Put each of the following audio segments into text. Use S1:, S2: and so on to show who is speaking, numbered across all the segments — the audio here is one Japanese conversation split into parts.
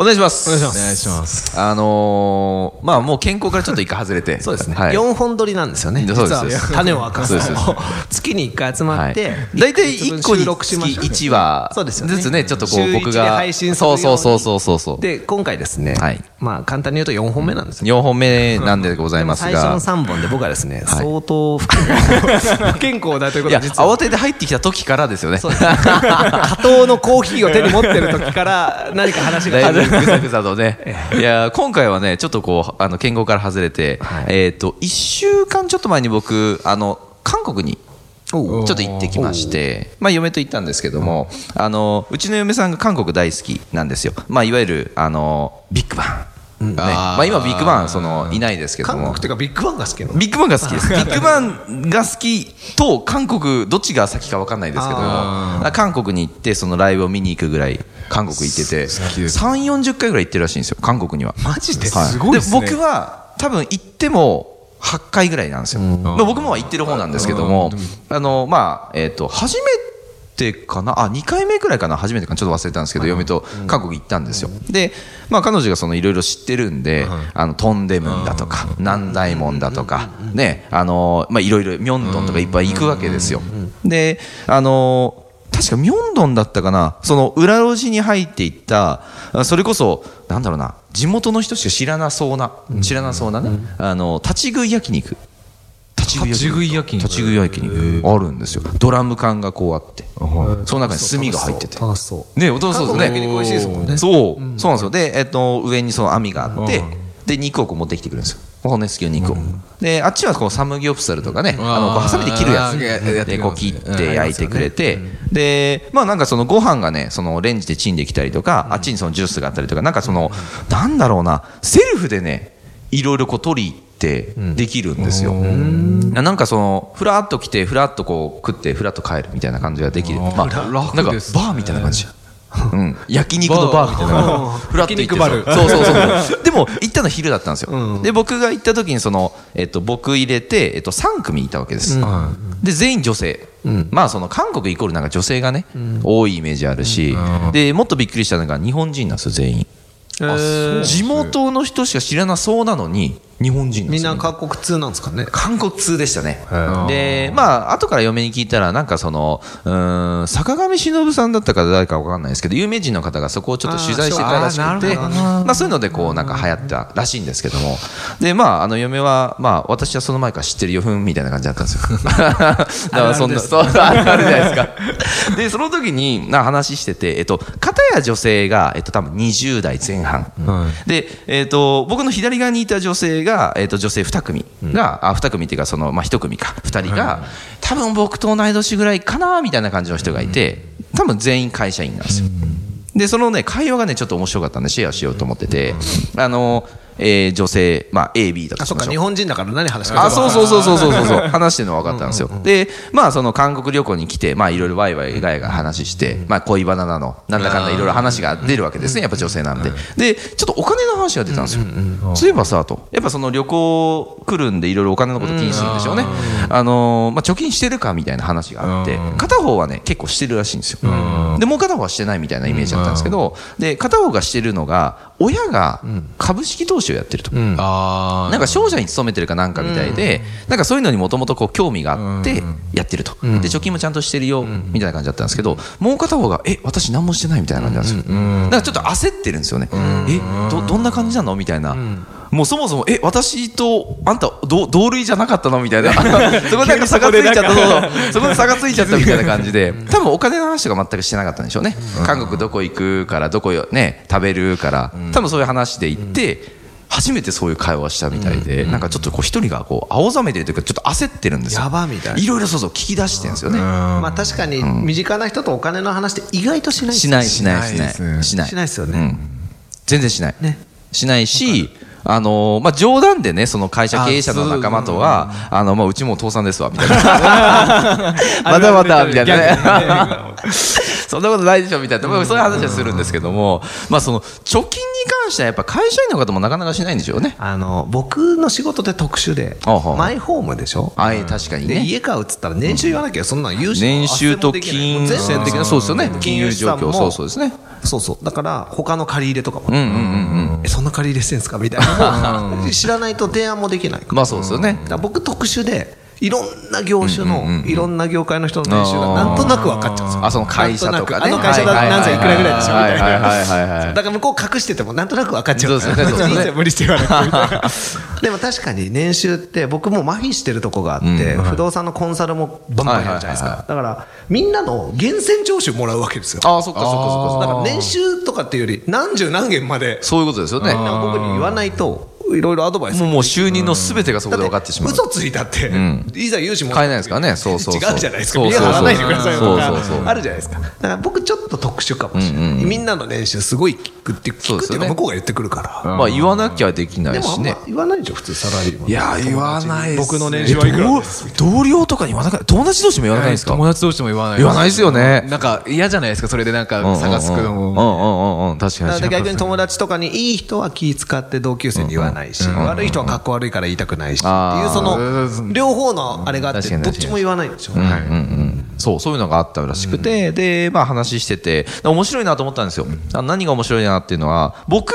S1: お願いします。
S2: お願いします
S1: お願いします。あのー、まあもう健康からちょっと一回外れて。
S2: そうですね、
S1: はい。
S2: 4本撮りなんですよね、実
S1: そうです
S2: は種を明かす
S1: そうです
S2: のを月に1回集まって、
S1: はい大体一個に
S2: 収録
S1: つ
S2: しま
S1: き
S2: しょう
S1: 一話
S2: そうですよね
S1: ずつね、ちょっとこ
S2: 週
S1: う
S2: 一
S1: 僕
S2: で
S1: が。
S2: 配信する
S1: そ
S2: よう
S1: う
S2: に
S1: そうそうそうそうそう。
S2: で今回ですね、
S1: はい
S2: まあ、簡単に言うと4本目なんですよ
S1: 4本目なんでございます
S2: 最初
S1: が
S2: の。3本で僕はですね、
S1: い
S2: 相当不健康不健康だということ
S1: いや、
S2: を実は
S1: 慌てて入ってきた時からですよね。
S2: そうですね加藤のコーヒーを手に持ってる時から何か話が
S1: だいぶぐさぐさとね。いや、今回はね、ちょっとこう、あの、健康から外れて、えっと、1週間ちょっと前に僕、あの、韓国に
S2: おう
S1: ちょっと行ってきまして、まあ、嫁と行ったんですけども、あのうちの嫁さんが韓国大好きなんですよ、まあ、いわゆるあのビッグバン、ねまあ、今、ビッグバンそのいないですけど
S2: 韓国
S1: も
S2: って。いうかビッグバンが好きなの
S1: ビッグバンが好きです。ビッグバンが好きと韓国どっちが先か分かんないですけども、韓国に行ってそのライブを見に行くぐらい韓国行ってて、3、40回ぐらい行ってるらしいんですよ、韓国には。
S2: マジで、
S1: はい
S2: す
S1: で僕は多分行っても8回ぐらいなんですよ、まあ僕もは行ってる方なんですけども、あのまあえっ、と初めてかなあ2回目くらいかな初めてかなちょっと忘れたんですけど、嫁と韓国行ったんですよ、で、まあ、彼女がそのいろいろ知ってるんで、あのトンデムンだとか南大門だとか、ねあのまあいろいろミョンドンとかいっぱい行くわけですよ、であの確かミョンドンだったかな、その裏路地に入っていった、あそれこそ、なんだろうな、地元の人しか知らなそうな、知らなそうなね、あの立ち食い焼肉立
S3: 立ち食い焼肉
S1: 立ち食い焼肉あるんですよ、ドラム缶がこうあって、その中に炭が入ってて。
S2: 楽しそう
S1: ね、お父さんそうです
S2: 韓
S1: ね。
S2: 国の焼肉美味しいですもんね
S1: そう、そうなんですよ。で、えっと、上にその網があって、で、肉をこう持ってきてくるんですよ。骨付きの肉を。で、あっちはこうサムギョプサルとかね、あの、こうハサミで切るや
S3: あーや
S1: つ。で、
S3: ってくれますね
S1: こう切って焼いてくれて、で、まあなんかそのご飯がね、そのレンジでチンできたりとか、あっちにそのジュースがあったりとか、なんかその、なんだろうな、セルフでね、いろいろこう取り入ってできるんですよ。ななんかその、ふらっと来て、ふらっとこう食って、ふらっと帰るみたいな感じができる。まあ、なん
S3: 楽
S1: かバ
S3: ですね
S1: ーみたいな感じ。うん、焼肉のバーみたいな
S2: バー
S1: フラッと行っ
S2: 焼
S1: て
S2: 肉バル
S1: そうそうそうそうでも行ったの昼だったんですよ、で僕が行った時にその、えっと、僕入れて、えっと、3組いたわけです、で全員女性、まあその韓国イコールなんか女性がね、多いイメージあるし、でもっとびっくりしたのが日本人なんですよ全員、地元の人しか知らなそうなのに日本人なんで
S2: みん
S1: すよ
S2: な韓国通なんですかね
S1: 韓国通でしたね。で、まあ、後から嫁に聞いたら、なんかその、うーん、坂上忍さんだったか誰かわかんないですけど、有名人の方がそこをちょっと取材してたらしくて、まあ、そういうので、こう、なんか流行ったらしいんですけども、で、まあ、あの、嫁は、まあ、私はその前から知ってる余分みたいな感じだったんです よ。だから、そんな、そう、あるあ るじゃないですか。で、その時に、な、話してて、えっと、片や女性が、えっと、多分20代前半。で、えっと、僕の左側にいた女性が、えっと、女性2組が、あ、2組っていうか、その、まあ、1組か、2人が、多分僕と同い年ぐらいかな、みたいな感じの人がいて、多分全員会社員なんですよ。で、そのね、会話がね、ちょっと面白かったんで、シェアしようと思ってて、あの、えー女性、まあ、A、B だと
S2: あ
S1: し
S2: そっ
S1: ま
S2: か
S1: しょう
S2: 日本人だから何話して
S1: あ、そうそうそうそうそうそうそう。話してるのは分かったんですよ。で、まあその韓国旅行に来て、まあいろいろワイワイガヤが話して、まあ恋バナなの、なんだかんだいろいろ話が出るわけですね。やっぱ女性なんで。で、ちょっとお金の話が出たんですよ。そういえばさ、と。やっぱその旅行来るんでいろいろお金のこと気にするんでしょうね。あのー、まあ貯金してるかみたいな話があって、片方はね、結構してるらしいんですよ。で、もう片方はしてないみたいなイメージだったんですけど、で、片方がしてるのが、親が株式投資をやってると。
S3: あ
S1: なんか商社に勤めてるかなんかみたいで、なんかそういうのにもともとこう興味があってやってると、で貯金もちゃんとしてるよみたいな感じだったんですけど、もう片方が、え、私、何もしてないみたいな感じなんですよ、なんかちょっと焦ってるんですよね、えど、どんな感じなのみたいな。もうそもそも、え、私と、あんた、どう同類じゃなかったのみたいな。 そこでなんか差がついちゃった、そうそうそこで差がついちゃったみたいな感じで、多分お金の話とか全くしてなかったんでしょうね。韓国どこ行くから、どこよね、食べるから、多分そういう話で行って、初めてそういう会話したみたいで、なんかちょっとこう一人がこう青ざめてるというかちょっと焦ってるんですよ
S2: やばみたいない
S1: ろいろそうそう聞き出してるんですよね
S2: まあ確かに身近な人とお金の話って意外としない
S1: しないしないしない
S3: しないですね
S1: しない
S2: しないですよ
S1: う
S2: ね
S1: ん全然しない、
S2: ね
S1: しないしあのーまあ、冗談でね、その会社経営者の仲間とは、あの、まあ、うちもう倒産ですわ、みた いな。またまた、みたいなね。 そんなことないでしょ、みたいな。まあそういう話はするんですけども、まあ、その、貯金に関してはやっぱ会社員の方もなかなかしないんでしょうね。
S2: あの僕の仕事って特殊で
S1: あはあ
S2: マイホームでしょ
S1: はい、確かに
S2: で
S1: ね。
S2: 家買うっつったら年収言わなきゃそんなん融資も
S1: 年収と
S2: 斡旋もできないもう
S1: 金
S2: 全部
S1: 銭的な、そうですよね。金融
S2: 資
S1: 状
S2: 産
S1: 況、
S2: も
S1: そうそうですね。
S2: そうそうだから他の借り入れとかも
S1: うんうんうんうん。
S2: えそんな借り入れしてんすかみたいなのも 知らないと提案もできないから
S1: まあ、そうですよね
S2: だ。から僕特殊でいろんな業種の、
S1: うんうんうん
S2: いろんな業界の人の年収がなんとなく分かっちゃうんですよ
S1: あ、その会社とかね。
S2: なんとなくあの会社だと何千いくらぐらいでしょみ
S1: は
S2: た
S1: い
S2: い
S1: はい
S2: な
S1: はいはいはいは
S2: だ
S1: い。
S2: から向こう隠しててもなんとなく分かっちゃう
S1: そうですよねそうですよね
S2: いいぜ 無理して言わなくてみたいなでも確かに年収って僕も麻痺してるとこがあって、不動産のコンサルもバンバンやるじゃないですか、
S1: はいはいはいは
S2: だからみんなの源泉徴収もらうわけですよだか
S1: あ、そっかそっかそっかそっから
S2: 年収とかっていうより何十何件まで
S1: そういうことですよね。
S2: みんな
S1: も
S2: 僕に言わないといろいろアドバイス
S1: うもう収入のすべてがそこで分かってしまう。
S2: 嘘ついたって、
S1: ん
S2: いざ融資も
S1: 買えないで すからねそうそうそう
S2: 違うじゃないですか
S1: そう
S2: 見
S1: そうそ
S2: 張
S1: う
S2: らないでくださいと
S1: そうそうそう
S2: かあるじゃないですかだから僕ちょっと特殊かもしれない、
S1: うんうんうん
S2: みんなの練習すごい聞くって聞くって
S1: そうです
S2: いう
S1: よ
S2: か
S1: ね
S2: 向こうが言ってくるから、
S1: まあ言わなきゃできな
S2: で
S1: い
S2: もあ
S1: し
S2: ん
S1: ね
S2: ま。言わないでしょ普通サラリーマン
S1: 言わない
S2: 僕の年収はいくらです
S1: 同僚とかに言わなか友達同士も言わないですか
S3: 友達同士も言わない
S1: 言わないですよね
S3: なんか嫌じゃないですかそれでなんか差がつくのも、
S1: も。うんうんうんうん、確
S2: だ
S1: か
S2: か
S1: に。
S2: ら逆に友達とかにいい人は気使って同級生に言わないし、悪い人はかっこ悪いから言いたくないしって
S1: あ
S2: いう
S1: ー
S2: その両方のあれがあっ
S1: 確
S2: て
S1: かに
S2: どっ
S1: 確かに
S2: ちも言わないんでしょ、
S1: うんうんうんそう、そういうのがあったらしくて、で、まあ話してて、面白いなと思ったんですよ。あ何が面白いなっていうのは、僕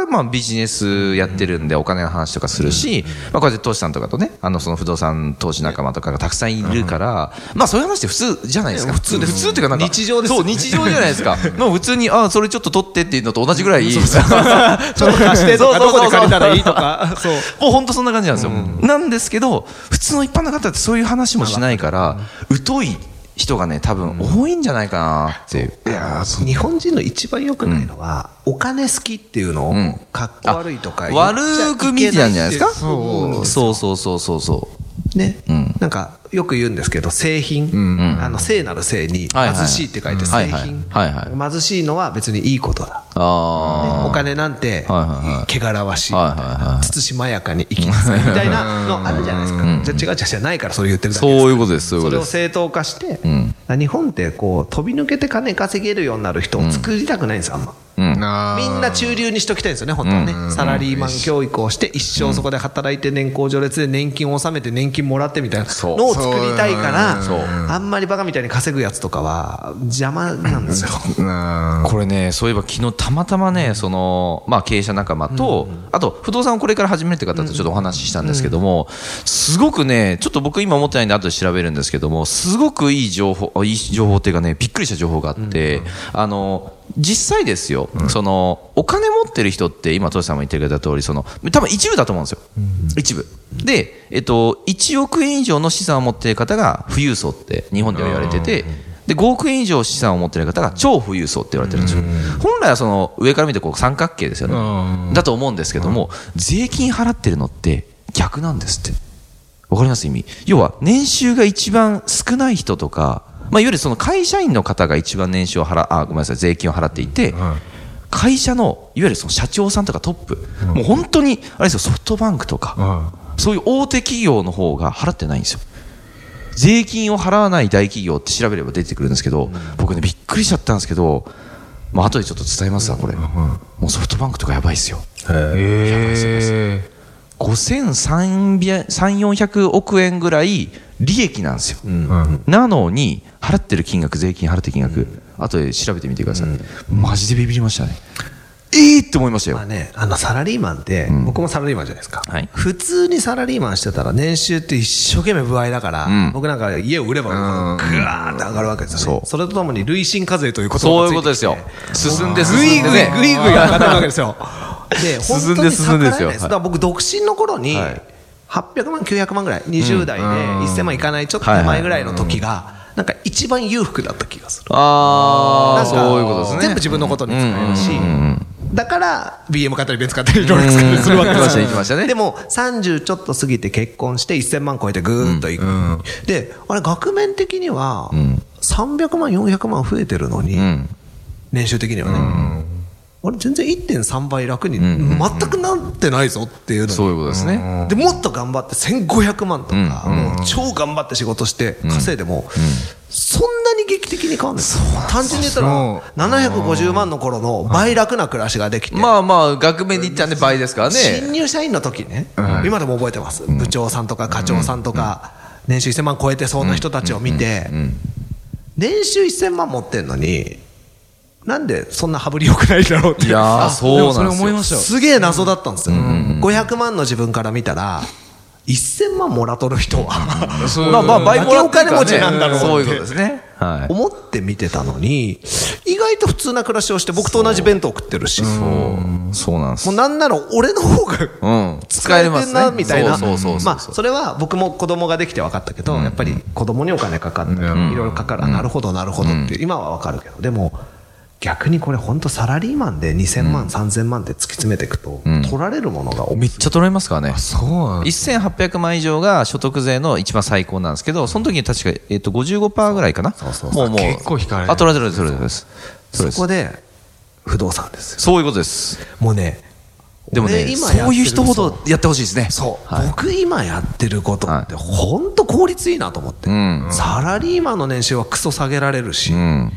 S1: はまあビジネスやってるんでお金の話とかするし、まあこうやって投資さんとかとね、あのその不動産投資仲間とかがたくさんいるから、まあそういう話って普通じゃないですか。普通で普通っていうかなんか、
S2: 日常です
S1: そう、日常じゃない ですか。もう普通に、あ、それちょっと取ってっていうのと同じぐらい、ちょ っと貸して
S2: どこで借りたらいいと かそう
S1: もう本当そんな感じなんですよ、なんですけど普通の一般の方ってそういう話もしないから疎い人がね多分多いんじゃないかなっていう、いやーそう
S2: 日本人の一番良くないのは、お金好きっていうのを
S1: ん
S2: かっこ悪いとか言っちゃ
S1: 悪く見てたんじゃないですか
S2: けないっていう
S1: そうそうそうそうそ
S2: ね、
S1: ん
S2: なんかよく言うんですけど製品、あの聖なる聖に
S1: はいはい
S2: 貧しいって書いて
S1: はい
S2: 製
S1: はい
S2: 品、
S1: はいは
S2: 貧しいのは別にいいことだ
S1: うああ
S2: お金なんて
S1: はいはいはい
S2: 汚らわしいみたい
S1: はいはい
S2: な
S1: は
S2: い慎まやかに生きなさいみたいなのあるじゃないですかじゃあ違う違う違うないからそう言ってるだけ
S1: そう
S2: です
S1: いうことですそういう
S2: そ
S1: こ
S2: れ
S1: と
S2: を
S1: です
S2: 正当化して
S1: ん
S2: 日本ってこう飛び抜けて金稼げるようになる人を作りたくないんですあんま
S1: うん
S3: あー
S2: みんな中流にしときたいんですよね、本当はね、サラリーマン教育をして、一生そこで働いて、年功序列で年金を納めて、年金もらってみたいな
S1: そう
S2: のを作りたいから
S1: そうそう、
S2: あんまりバカみたいに稼ぐやつとかは邪魔なんですよ。
S3: うん
S1: これね、そういえば昨日たまたまね、その、まあ経営者仲間と、あと不動産をこれから始めるって方とちょっとお話ししたんですけども、すごくね、ちょっと僕今持ってないんで後で調べるんですけども、すごくいい情報、あいい情報っていうかね、びっくりした情報があって、あの、実際ですよ、その、お金持ってる人って今、トシさんも言ってくれた通り、その、多分一部だと思うんですよ。一部。で、えっと、1億円以上の資産を持っている方が富裕層って日本では言われてて、で5億円以上資産を持っている方が超富裕層って言われてるんですよ、本来はその上から見てこう三角形ですよね、だと思うんですけども、税金払ってるのって逆なんですって、わかります意味、要は年収が一番少ない人とか、まあ、いわゆるその会社員の方が一番年収を払あ、ごめんなさい、税金を払っていて、会社のいわゆるその社長さんとかトップ、もう本当にあれですよ、ソフトバンクとか。そういう大手企業の方が払ってないんですよ。税金を払わない大企業って調べれば出てくるんですけど、僕ね、びっくりしちゃったんですけど、まあ後でちょっと伝えますわ、これ。もうソフトバンクとかやばいですよ。
S3: え
S1: 5300 5400億円ぐらい利益なんですよ。
S3: ー
S1: なのに、払ってる金額、税金払ってる金額、後で調べてみてください。マジでビビりましたね。えーって思いましたよ
S2: まあ。ね、あのサラリーマンって、僕もサラリーマンじゃないですか、
S1: はい
S2: 普通にサラリーマンしてたら、年収って一生懸命不合だから、
S1: ん
S2: 僕なんか家を売れば、ぐわーって上がるわけですよ、ね
S1: そう
S2: それとともに累進課税ということ
S1: そう
S2: がつ
S1: いう
S2: いて
S1: こ
S2: き
S1: と
S2: て
S1: ですよ。進んで進
S2: ぐい
S1: ん
S2: ぐ
S1: で
S2: い
S1: ね。
S2: ぐいぐい上がってるわけですよ。 で、
S1: 進
S2: 本
S1: ん
S2: 当
S1: で
S2: に
S1: 進
S2: 進
S1: ん
S2: ん
S1: で
S2: で
S1: ですよ
S2: だから僕、独身の頃に
S1: はい、
S2: 800万、900万ぐらい、20代で1000万いかない、ちょっと手前ぐらいの時が、なんか一番裕福だった気がする。
S1: あ
S2: な
S1: あ、
S2: んか
S1: そういうことですね。
S2: 全部自分のことに使えるし
S1: うんうんうんうん、
S2: だから、BM 買ったり、ベンツ買ったり、いろいろ使ったりするわけ
S1: うん言ってましたね
S2: でも、30ちょっと過ぎて結婚して、1000万超えてぐーっといく。で、あれ、額面的には、300万、400万増えてるのに、
S1: ん
S2: 年収的にはね。あれ全然1.3倍楽に全くなってないぞっていうのに
S1: そういうことですね。
S2: でもっと頑張って1500万とか、
S1: うん
S2: もう超頑張って仕事して稼いでも、そんなに劇的に変わんない単純に言った
S3: そ
S2: ら750万の頃の倍楽な暮らしができて、
S1: まあまあ、額面で言ったらね、倍ですから
S2: 新
S1: ね。
S2: 入社員の時ね、今でも覚えてます、部長さんとか課長さんとか、年収1000万超えてそうな人たちを見て、年収1000万持ってんのになんでそんな羽振り良くないんだろうって
S1: いやー、そうなん
S3: でも
S1: です
S3: それ思いま
S1: よ。
S3: したよ。
S2: すげえ謎だったんですよ、500万の自分から見たら1000万もらとる人は、
S3: そう
S1: まあまあ、倍もらってるから
S2: だけお金持ちなんだろうって
S1: そういうことですね。はい。
S2: 思って見てたのに意外と普通な暮らしをして僕と同じ弁当食ってるしも
S1: そう、そうなんです
S2: う。なんなら俺の方が
S1: うん。使
S2: 使え
S1: え
S2: て
S1: ます
S2: んな
S1: ね。
S2: みたいな
S1: そうそうそうそう。
S2: まあそれは僕も子供ができて分かったけど、やっぱり子供にお金かかったり、いろいろかかる、あなるほどなるほどって、今は分かるけどでも逆にこれ本当サラリーマンで2000万、3000万って突き詰めていくと、取られるものが多い
S1: めっちゃ取られますからね。
S3: そうなんです
S1: 1800万以上が所得税の一番最高なんですけど、その時に確か、えっと55%ぐらいかな、もうもう、
S3: 結構引かれる
S1: あ、取られる、取られる、そう
S2: そ
S1: です、
S2: こで不動産ですよ
S1: そういうことです、
S2: もうね
S1: でもね、
S2: 俺今やってる
S1: そういう人ほどやってほしいですね、
S2: そう、
S1: はい
S2: 僕今やってることって本当効率いいなと思って、
S1: うん
S2: サラリーマンの年収はクソ下げられるし、
S1: うん、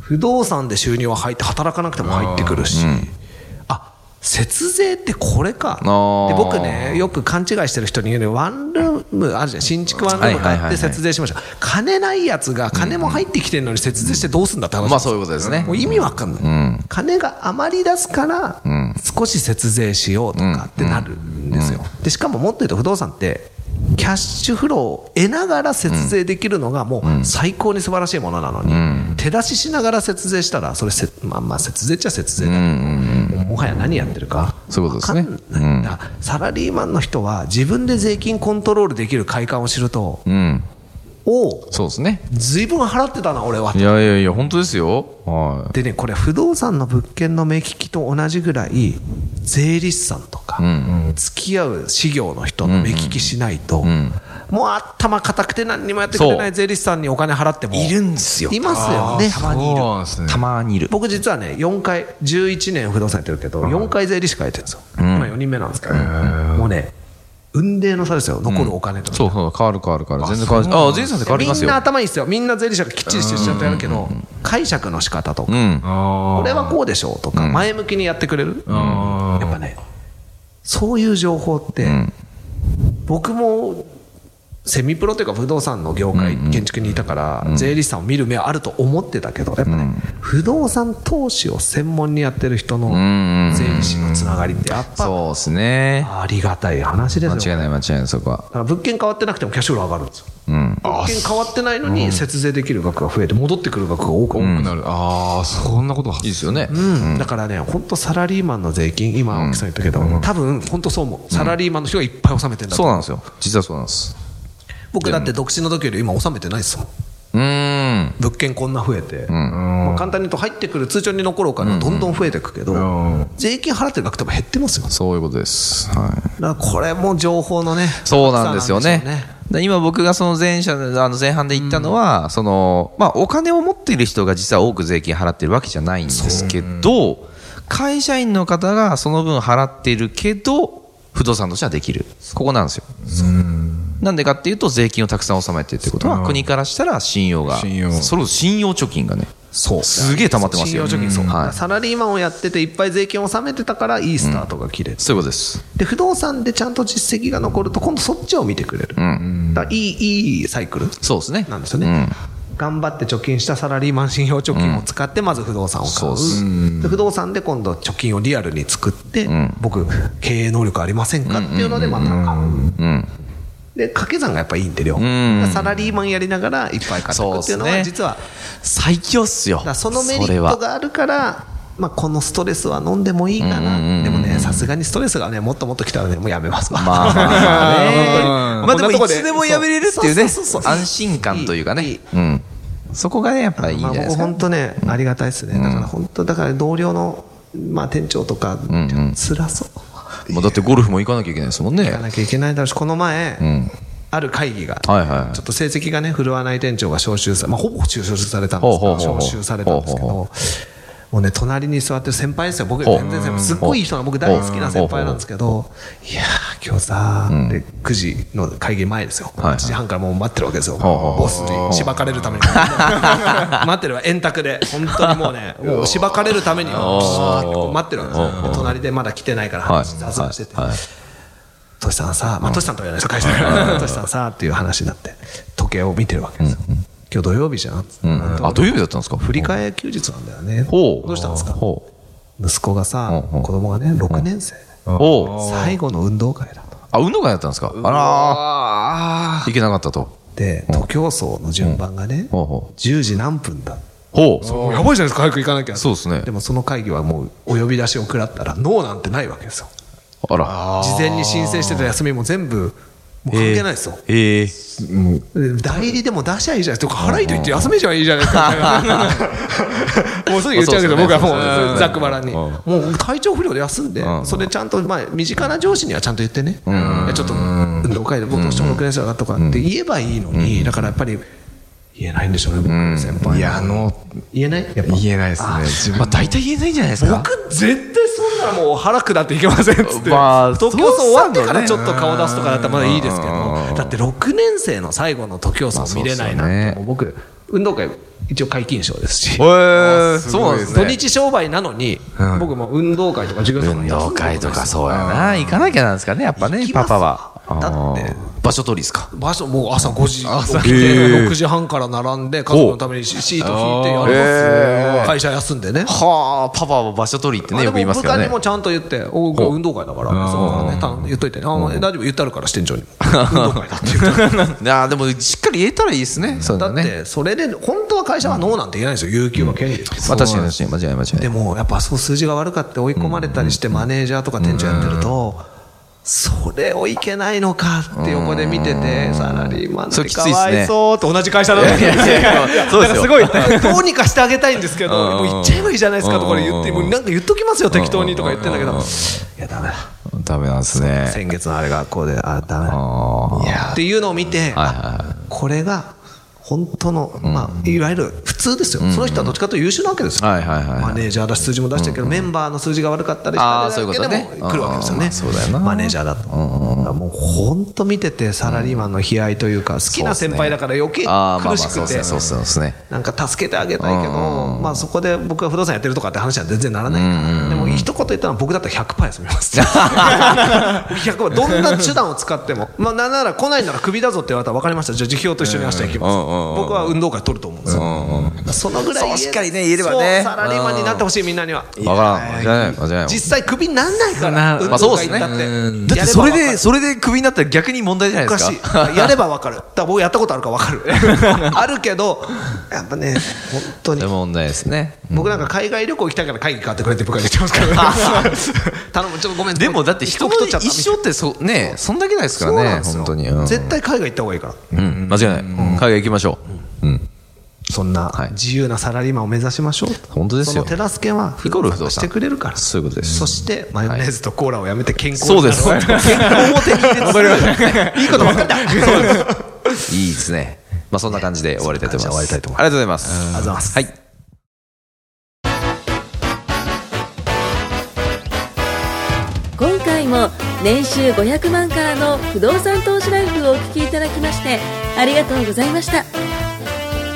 S2: 不動産で収入は入って働かなくても入ってくるし、あ節税ってこれか
S1: あー
S2: で僕ねよく勘違いしてる人に言うのワンルームあるじゃん新築ワンルーム
S1: はいはい
S2: 買っ
S1: はいは
S2: て
S1: い
S2: 節税しました金ないやつが金も入ってきてるのに節税してどうすんだって話
S1: まあそういうことですね
S2: もう意味わかんない、金が余り出すから少し節税しようとかってなるんですよ、でしかももっと言うと不動産ってキャッシュフローを得ながら節税できるのがもう最高に素晴らしいものなのに、手出ししながら節税したらそれせ、まあ、まあ節税っちゃ節税だ、もうもはや何やってるか
S1: そういうことですね
S2: わかんないだからサラリーマンの人は自分で税金コントロールできる快感を知ると、
S1: うん、
S2: おお
S1: そうですね、
S2: 随分払ってたな俺はい
S1: やいやいや、本当ですよ、は
S2: でねこれ不動産の物件の目利きと同じぐらい税理士さんとか、付き合う事業の人の目利きしないと、もう頭固くて何にもやってくれない税理士さんにお金払っても
S1: い、いるんですよ、
S2: いますよねたまにいる
S3: そうなんですね
S1: たまにいる、
S2: 僕実はね4回11年不動産やってるけど4回税理士会やってるんですよ、今4人目なんですけど、もうね運命の差ですよ残るお金とか、
S1: そうそう、変わる変わる変わる、全然変わる、あ、全然変わります
S2: みん
S1: よ
S2: な、頭いいですよみんな税理士がきっちりしてる人やるけど解釈の仕方とか、
S1: うん、
S3: あ
S2: これはこうでしょうとか前向きにやってくれる、
S3: あ
S2: やっぱねそういう情報って、僕もセミプロというか不動産の業界、建築にいたから、税理士さんを見る目はあると思ってたけどやっぱね、不動産投資を専門にやってる人の
S1: んうん
S2: 税理士のつながりってやっぱ
S1: そうですね、
S2: ありがたい話ですよ
S1: 間違いない、間違いない、そこは。
S2: だから物件変わってなくてもキャッシュフロー上がるんですよ、物件変わってないのに節税できる額が増えて戻ってくる額が多く多く
S3: 多くなるああそんなことが
S1: いいですよね、
S2: うん、だからね、本当サラリーマンの税金、今、青木さん言ったけど、多分本当そう思う、サラリーマンの人がいっぱい納めてんだと
S1: そう
S2: 思う
S1: なんですよ、実はそうなんです。
S2: 僕だって独身の時より今、納めてないですもん、
S1: うーん
S2: 物件こんな増えて、まあ簡単に言うと、入ってくる通帳に残るお金はどんどん増えていくけど、
S3: ん
S2: 税金払ってる額、多分減ってますよ、だ
S1: そういうことです。はい。
S2: からこれも情報のね、
S1: そうなんですよね
S2: 格差なんでしょう。
S1: で今僕がその前者のあの前半で言ったのは、そのまあお金を持っている人が実は多く税金払ってるわけじゃないんですけど、会社員の方がその分払っているけど不動産としてはできる。ここなんですよ。なんでかっていうと税金をたくさん納めてるってことは国からしたら信用が、
S3: 信用
S1: それこそ信用貯金がね、
S2: そう
S1: すげえ溜まってますよ。
S2: 信用貯金そう、
S1: はい。
S2: サラリーマンをやってて、いっぱい税金を納めてたから、いいスタートが切れて
S1: そういうことです。
S2: で不動産でちゃんと実績が残ると今度そっちを見てくれる、だからいいいいサイクル
S1: そうですね。
S2: なんですよね、頑張って貯金したサラリーマン信用貯金を使ってまず不動産を買う,、
S1: そうっす
S2: で不動産で今度貯金をリアルに作って、僕経営能力ありませんかっていうのでまた買う、で掛け算がやっぱいいんで両方、
S1: ん
S2: だからサラリーマンやりながらいっぱい買っていくっていうの
S1: そうっす
S2: は
S1: ね
S2: 実は
S1: 最強っすよ
S2: だからそのメリットがあるから、まあ、このストレスは飲んでもいいか
S1: うんうんうんう
S2: な、
S1: ん
S2: でもね、さすがにストレスがね、もっともっと来たらね、もうやめますわ。
S1: まあまあまあね
S2: 本当に
S1: まあで
S2: こんなと
S1: も
S2: こ
S1: いつでもやめれるっていうね
S2: そそそそ
S1: 安心感というか
S2: い
S1: ね
S2: い
S1: うんそこがねやっぱいいんじ
S2: ま
S1: ゃ
S2: あ、
S1: ないで
S2: 僕、
S1: すか
S2: 本当ね、ありがたいですね、だから本当、だから同僚の、まあ、店長とか、辛そう、
S1: まあだってゴルフも行かなきゃいけないですもんね
S2: 行かなきゃいけないだろうし、この前、ある会議が、
S1: はいは
S2: ちょっと成績がね、振るわない店長が招集され、まあ、ほぼ招集されたんで
S1: ほう
S2: すけ
S1: ほ
S2: ど、
S1: うほうほう
S2: 招集されたんですけ
S1: ほうほ
S2: ど、もうね隣に座ってる先輩ですよ僕全然先輩すっごいいい人な僕大好きな先輩なんですけどいやー今日さーで9時の会議前ですよ
S1: はい
S2: 1時半からもう待ってるわけですよ
S1: ほうほう
S2: ボスにしばかれるために 待ってるわ円卓で本当にもう ねもうしばかれるためにピシッとこう待ってるわけですよで隣でまだ来てないから
S1: はい
S2: 話ざわざわしてて
S1: はいはい
S2: トシさんさ、まあ、トシさんとは言わないですよ、会社で。トシさんさ、っていう話になって、時計を見てるわけですよ。今日土曜日じゃん。
S1: うんあ土曜日だったんですか
S2: 振り替え休日なんだよね。
S1: ほう
S2: どうしたんですか
S1: ほ
S2: 息子がさ、
S1: うんうん
S2: 子供がね、6年生。
S1: うおう
S2: 最後の運動会だと。
S1: あ運動会だったんですかあらーいけなかったと
S2: で、徒競走の順番がね、
S1: ほうほ
S2: 10時何分だ。
S1: うほう
S2: やばいじゃないですか、早く行かなきゃ。
S1: そうですね
S2: でもその会議はもう、お呼び出しを食らったら、ノーなんてないわけですよ。
S1: あら
S2: 事前に申請してた休みも全部、もう関係ないですよ。
S1: えー
S2: 代理でも出しゃいいじゃないですか、払いと言って休めじゃいいじゃないです か、もうすぐ言っちゃうけど、
S1: そう
S2: 僕
S1: ですね
S2: はも
S1: うん
S2: うざっくばらんに、
S1: うん
S2: もう体調不良で休んで
S1: う、ん
S2: それちゃんと、まあ、身近な上司にはちゃんと言ってね、いやちょっと運動会で僕、どうしても6年生だとかって言えばいいのに、だからやっぱり言えないんでしょうね、僕先輩
S3: いや、あの、
S2: 言えないやっぱ
S3: 言えないですね。自分
S1: まあ大体言えないんじゃないですか
S2: 僕、絶対そんなもう腹下っていけませんっつって、
S1: まあ
S2: 東京走終わってか
S1: そうっすよね
S2: らちょっと顔出すとかだったらまだいいですけど
S1: うん、
S2: だって6年生の最後の東京走見れない
S1: まあそうっすよ
S2: なん
S1: ね
S2: て、もう僕、運動会、一応皆勤賞ですし
S1: え。ー
S3: す
S1: そう
S3: ご
S1: ないんで
S3: ですす
S1: ね
S2: 土日商売なのに、
S3: うん
S2: 僕も運動会とか授業とか
S1: 運動会とかそうやな行かなきゃなんですかねやっぱね
S2: 行きま
S1: パ
S2: す
S1: パは
S2: だって
S1: あー場所取りですか
S2: 場所もう朝5時起きて
S1: へえ
S2: 6時半から並んで家族のためにシシート引いてやり
S1: へ
S2: ま
S1: え
S2: す会社休んでね
S1: はあパパは場所取りってねよく言いますから
S2: あでも部下にもちゃ
S1: ね
S2: んと言って、おこれ運動会だから、そうだね、た言っといてね、あ大丈夫、言ってあるから、支店 長にも。運動会だって言って
S1: あーでもしっかり言えたらいいですねそういう
S2: だ
S1: の
S2: っ
S1: ね
S2: て、それで、本当は会社はノーなんて言えないんですよ、有給は権利です
S1: まあ確かに確かに間違いない間違い
S2: で
S1: ない
S2: も、やっぱそう数字が悪かって追い込まれたりして、マネージャーとか店長やってると、それをいけないのかって横で見てて、サラリーマン
S1: そ
S2: っ
S1: れ
S2: て
S1: き
S2: か
S1: ついっす
S2: わ
S1: ね
S2: いそうって同じ会社なのに。
S1: そうですよ
S2: すごい、どうにかしてあげたいんですけど、
S1: うん
S2: もう言っちゃえばいいじゃないですかとか言って、
S1: うん
S2: もうなんか言っときますよ、適当にとか言ってんだけ
S1: うん
S2: ど、いや、ダメだ。
S1: ダメなんですね
S2: 先月のあれがこうで、あ、ダメだ。
S1: あ
S2: いやーっていうのを見て、
S1: はいはいはい
S2: あこれが本当の、まあ、いわゆる普通ですよ、その人はどっちかというと優秀なわけですよ、
S1: はいはいはいはい
S2: マネージャーだし、数字も出してるけど、メンバーの数字が悪かったりした
S1: あーそういうこと
S2: だけで
S1: ね
S2: も来るわけですよ
S1: うん
S2: ね、
S1: そうだよな
S2: マネージャーだと。だからもう本当見てて、サラリーマンの悲哀というか、好きな先輩だから余計
S1: ーあーまあまあ
S2: 苦し
S1: そう
S2: く
S1: です
S2: て
S1: ね。そうですねそうですね
S2: なんか助けてあげたいけど、まあ、そこで僕が不動産やってるとかって話は全然ならないから、でも一言言ったら僕だったら100%休み ます。100%どんな手段を使っても、まあ、なんなら来ないならクビだぞって言われたら分かりました、じゃあ辞表と一緒に明日行きます、
S1: うんうんうん
S2: 僕は運動会取ると思うんですよ、そのぐらい
S1: そうしっかりね言えればね
S2: そうサラリーマンになってほしい、みんなには。
S1: わからん間違いない間違いない
S2: 実際、クビになんないから、
S3: な
S2: 運
S1: まあそ
S2: 動
S1: うで
S2: 会
S1: す
S2: 行った
S1: ね
S2: って、
S1: だってそれで
S2: れ
S1: それでクビになったら逆に問題じゃない
S2: お
S1: で
S2: か
S1: す
S2: し
S1: か
S2: い、 やれば分かる、だから僕やったことあるから 分かる、あるけど、やっぱね、本当に
S1: で。も問題ですね
S2: 僕なんか海外旅行行きたいから会議変わってくれって部下に言ってますから、頼むちょっとごめん
S1: でもだって人の
S2: 太っちゃった
S1: 一生ってそねそんだけないですか
S2: そうな
S1: ら
S2: ん
S1: ね
S2: ですよ
S1: 本当にうん
S2: 絶対海外行った方がいいから
S1: うん間違いない海外行きましょううん
S2: そんない自由なサラリーマンを目指しましょう
S1: 本当ですよ
S2: その手助けは
S1: イコール不動産
S2: してくれるから
S1: そういうことです
S2: そしてマヨネーズとコーラをやめて健康
S1: そう
S2: にな
S1: で
S2: ろ
S1: す健康を手に入れていいことばかりだそうですいいですねまあそんな感じで終わりたいと思いま
S2: そんな感じで終
S1: す
S2: わりたいと思います
S1: ありがとうございます
S2: ありがとうございます
S1: はい
S4: 今回も年収500万からの不動産投資ライフをお聞きいただきましてありがとうございました